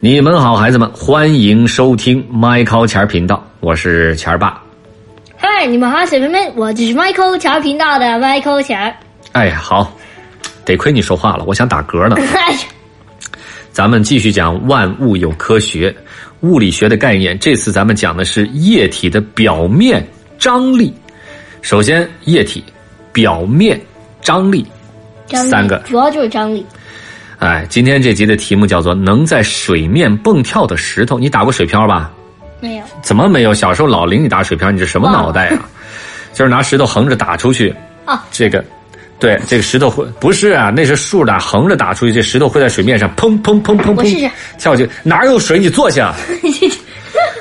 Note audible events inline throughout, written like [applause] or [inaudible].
你们好，孩子们，欢迎收听麦考钱儿频道，我是钱儿爸。嗨，你们好，小朋友们，我就是 Michael 钱儿频道的 Michael 钱儿。 [laughs] 哎呀，好，得亏你说话了，我想打 [laughs] 嗝呢。哎呀，咱们继续讲万物有科学，物理学的概念。这次咱们讲的是液体的表面张力。首先，液体表面张力，张力三个主要就是张力。哎，今天这集的题目叫做“能在水面蹦跳的石头”。你打过水漂吧？没有，怎么没有？小时候老领你打水漂，你这什么脑袋啊？就是拿石头横着打出去。啊这个，对，这个石头会不是啊？那是竖打横着打出去，这石头会在水面上砰砰砰砰我试砰试跳下去，哪有水？你坐下。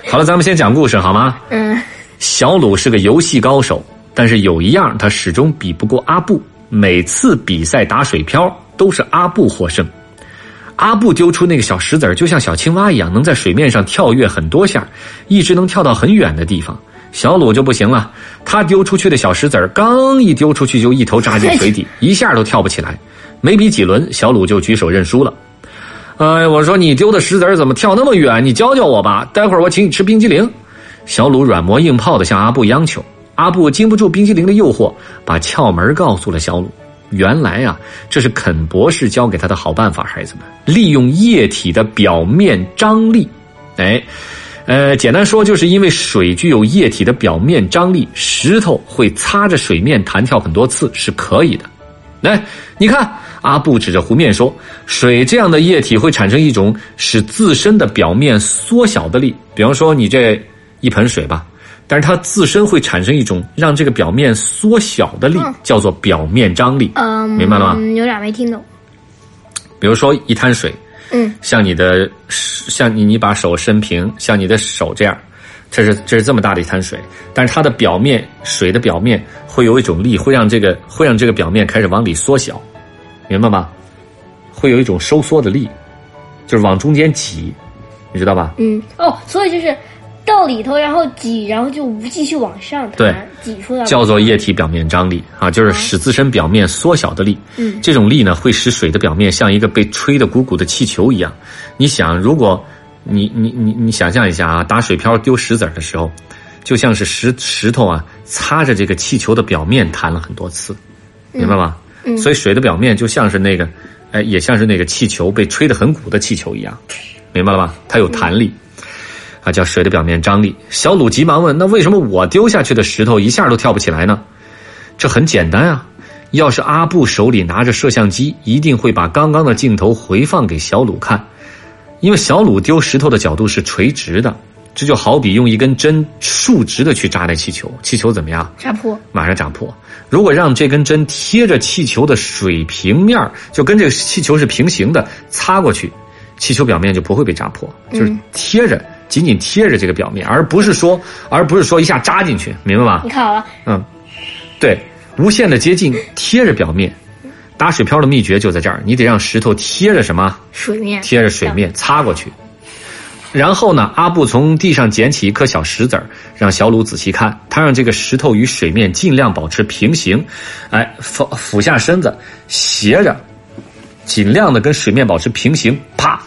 好了，咱们先讲故事好吗？ [laughs] 嗯，小鲁是个游戏高手，但是有一样他始终比不过阿布。每次比赛打水漂都是阿布获胜。阿布丢出那个小石子儿，就像小青蛙一样，能在水面上跳跃很多下，一直能跳到很远的地方。小鲁就不行了，他丢出去的小石子儿刚一丢出去就一头扎进水底，一下都跳不起来。没比几轮，小鲁就举手认输了。哎，我说你丢的石子儿怎么跳那么远？你教教我吧，待会儿我请你吃冰激凌。小鲁软磨硬泡的向阿布央求，阿布经不住冰激凌的诱惑，把窍门告诉了小鲁。原来啊，这是肯博士教给他的好办法，孩子们，利用液体的表面张力。哎，呃，简单说，就是因为水具有液体的表面张力，石头会擦着水面弹跳很多次是可以的。来，你看，阿布指着湖面说：“水这样的液体会产生一种使自身的表面缩小的力，比方说你这一盆水吧，但是它自身会产生一种让这个表面缩小的力嗯，叫做表面张力。嗯，明白了吗？嗯，有点没听懂。比如说一滩水，嗯，像你的像你你把手伸平，像你的手这样，这是这是这么大的一滩水，但是它的表面水的表面会有一种力，会让这个会让这个表面开始往里缩小，明白吗？会有一种收缩的力，就是往中间挤，你知道吧？嗯，哦，所以就是到里头，然后挤，然后就继续往上对弹，挤出来。叫做液体表面张力啊，就是使自身表面缩小的力。哦嗯这种力呢，会使水的表面像一个被吹得鼓鼓的气球一样。你想，如果你你你你想象一下啊，打水漂丢石子儿的时候，就像是石石头啊擦着这个气球的表面弹了很多次，明白吗？嗯所以水的表面就像是那个，哎，也像是那个气球被吹得很鼓的气球一样，明白了吧？它有弹力。啊，叫水的表面张力。小鲁急忙问：“那为什么我丢下去的石头一下都跳不起来呢？”这很简单啊，要是阿布手里拿着摄像机，一定会把刚刚的镜头回放给小鲁看，因为小鲁丢石头的角度是垂直的，这就好比用一根针竖直的去扎那气球，气球怎么样？扎破。马上扎破。如果让这根针贴着气球的水平面儿，就跟这个气球是平行的，擦过去，气球表面就不会被扎破，就是贴着，紧紧贴着这个表面，而不是说，而不是说一下扎进去，明白吗你？看好了，嗯，对，无限的接近，贴着表面。打水漂的秘诀就在这儿，你得让石头贴着什么？水面贴着水面擦过去。然后呢，阿布从地上捡起一颗小石子儿，让小鲁仔细看。他让这个石头与水面尽量保持平行，哎，俯俯下身子，斜着，尽量的跟水面保持平行。啪，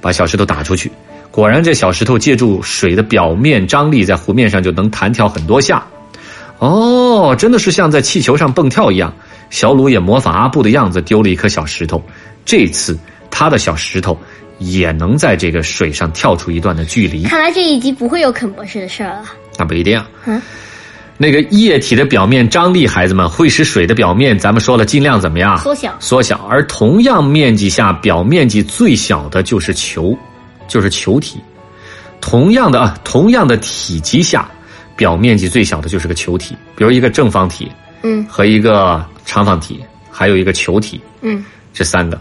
把小石头打出去。果然，这小石头借助水的表面张力，在湖面上就能弹跳很多下。哦，真的是像在气球上蹦跳一样。小鲁也模仿阿布的样子丢了一颗小石头，这次他的小石头也能在这个水上跳出一段的距离。看来这一集不会有肯博士的事儿了。那不一定啊嗯。那个液体的表面张力，孩子们会使水的表面，咱们说了，尽量怎么样？缩小缩小。而同样面积下，表面积最小的就是球，就是球体。同样的啊，同样的体积下，表面积最小的就是个球体。比如一个正方体嗯和一个长方体，还有一个球体，嗯，这三个。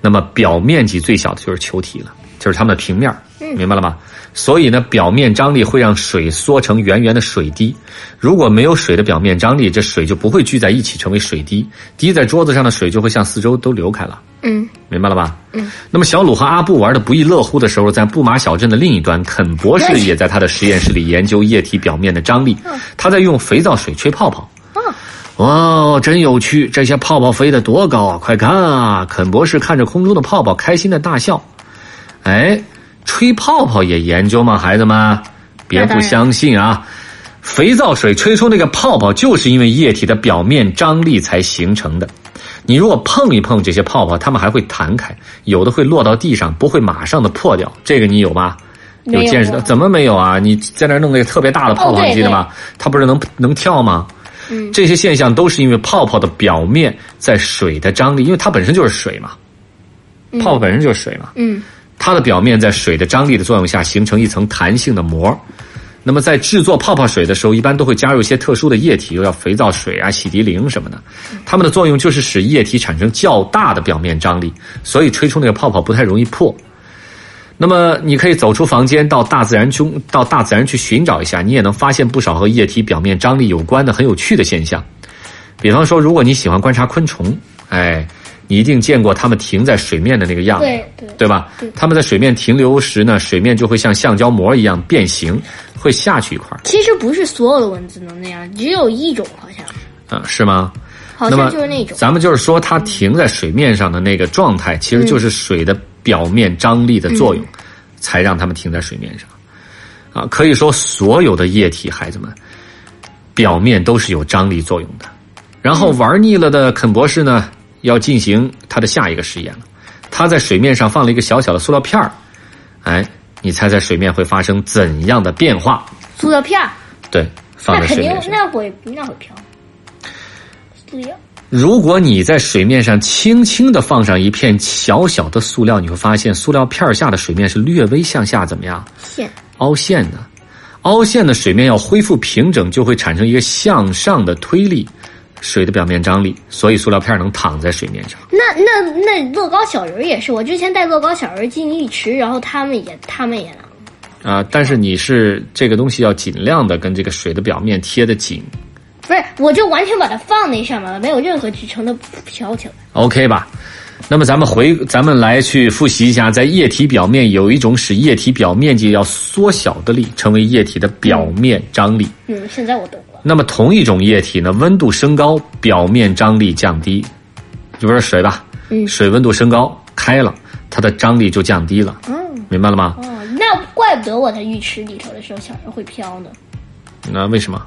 那么表面积最小的就是球体了，就是它们的平面儿，嗯明白了吗？所以呢，表面张力会让水缩成圆圆的水滴。如果没有水的表面张力，这水就不会聚在一起成为水滴，滴在桌子上的水就会向四周都流开了，嗯明白了吧？嗯。那么小鲁和阿布玩的不亦乐乎的时候，在布马小镇的另一端，肯博士也在他的实验室里研究液体表面的张力嗯，他在用肥皂水吹泡泡。哦，哇、哦，真有趣！这些泡泡飞得多高啊！快看啊！肯博士看着空中的泡泡，开心的大笑。哎，吹泡泡也研究吗？孩子们，别不相信啊！肥皂水吹出那个泡泡，就是因为液体的表面张力才形成的。你如果碰一碰这些泡泡，它们还会弹开，有的会落到地上，不会马上的破掉。这个你有吗？没有见识的？过怎么没有啊？你在那儿弄那个特别大的泡哦泡，对你记得吗？它不是能能跳吗？嗯这些现象都是因为泡泡的表面在水的张力，因为它本身就是水嘛，嗯泡泡本身就是水嘛。嗯它的表面在水的张力的作用下形成一层弹性的膜。那么在制作泡泡水的时候，一般都会加入一些特殊的液体，又要肥皂水啊、洗涤灵什么的。它们的作用就是使液体产生较大的表面张力，所以吹出那个泡泡不太容易破。那么你可以走出房间，到大自然中，到大自然去寻找一下，你也能发现不少和液体表面张力有关的很有趣的现象。比方说，如果你喜欢观察昆虫，哎，你一定见过它们停在水面的那个样子。对对对吧对？它们在水面停留时呢，水面就会像橡胶膜一样变形，会下去一块儿其实不是所有的蚊子能那样，只有一种好像，啊、是吗？好那么像就是那种。咱们就是说，它停在水面上的那个状态，其实就是水的表面张力的作用，嗯才让它们停在水面上。啊，可以说所有的液体，孩子们，表面都是有张力作用的。然后玩腻了的肯博士呢，要进行他的下一个实验了。他在水面上放了一个小小的塑料片儿，哎，你猜猜水面会发生怎样的变化？塑料片儿，对，放那在肯水定面上。那会那会飘。塑料，如果你在水面上轻轻的放上一片小小的塑料，你会发现塑料片儿下的水面是略微向下，怎么样？线，凹陷的。凹陷的水面要恢复平整，就会产生一个向上的推力，水的表面张力，所以塑料片儿能躺在水面上。那那那乐高小人儿也是，我之前带乐高小人儿进浴池，然后他们也他们也拿了，啊、但是你是这个东西要尽量的跟这个水的表面贴得紧不是，我就完全把它放那上面了，没有任何支撑的飘起来。 ，OK 吧？那么咱们回，咱们来去复习一下，在液体表面有一种使液体表面积要缩小的力，称为液体的表面张力。嗯，现在我懂了。那么同一种液体呢，温度升高，表面张力降低，就比如说水吧，嗯水温度升高开了，它的张力就降低了，嗯，明白了吗？哦，那怪不得我在浴池里头的时候，小人会飘呢。那为什么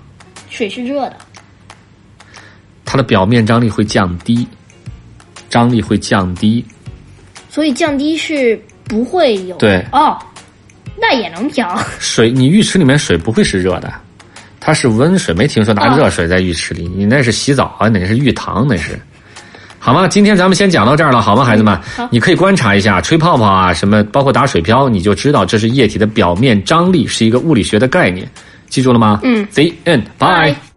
水是热的，它的表面张力会降低？张力会降低，所以降低是不会有。对哦，那也能飘。水你浴池里面水不会是热的，它是温水，没听说拿哦热水在浴池里，你那是洗澡啊，那是浴堂，那是。好吗？今天咱们先讲到这儿了，好吗，孩子们？嗯好你可以观察一下吹泡泡啊，什么包括打水漂，你就知道这是液体的表面张力，是一个物理学的概念，记住了吗？嗯，The end，bye。拜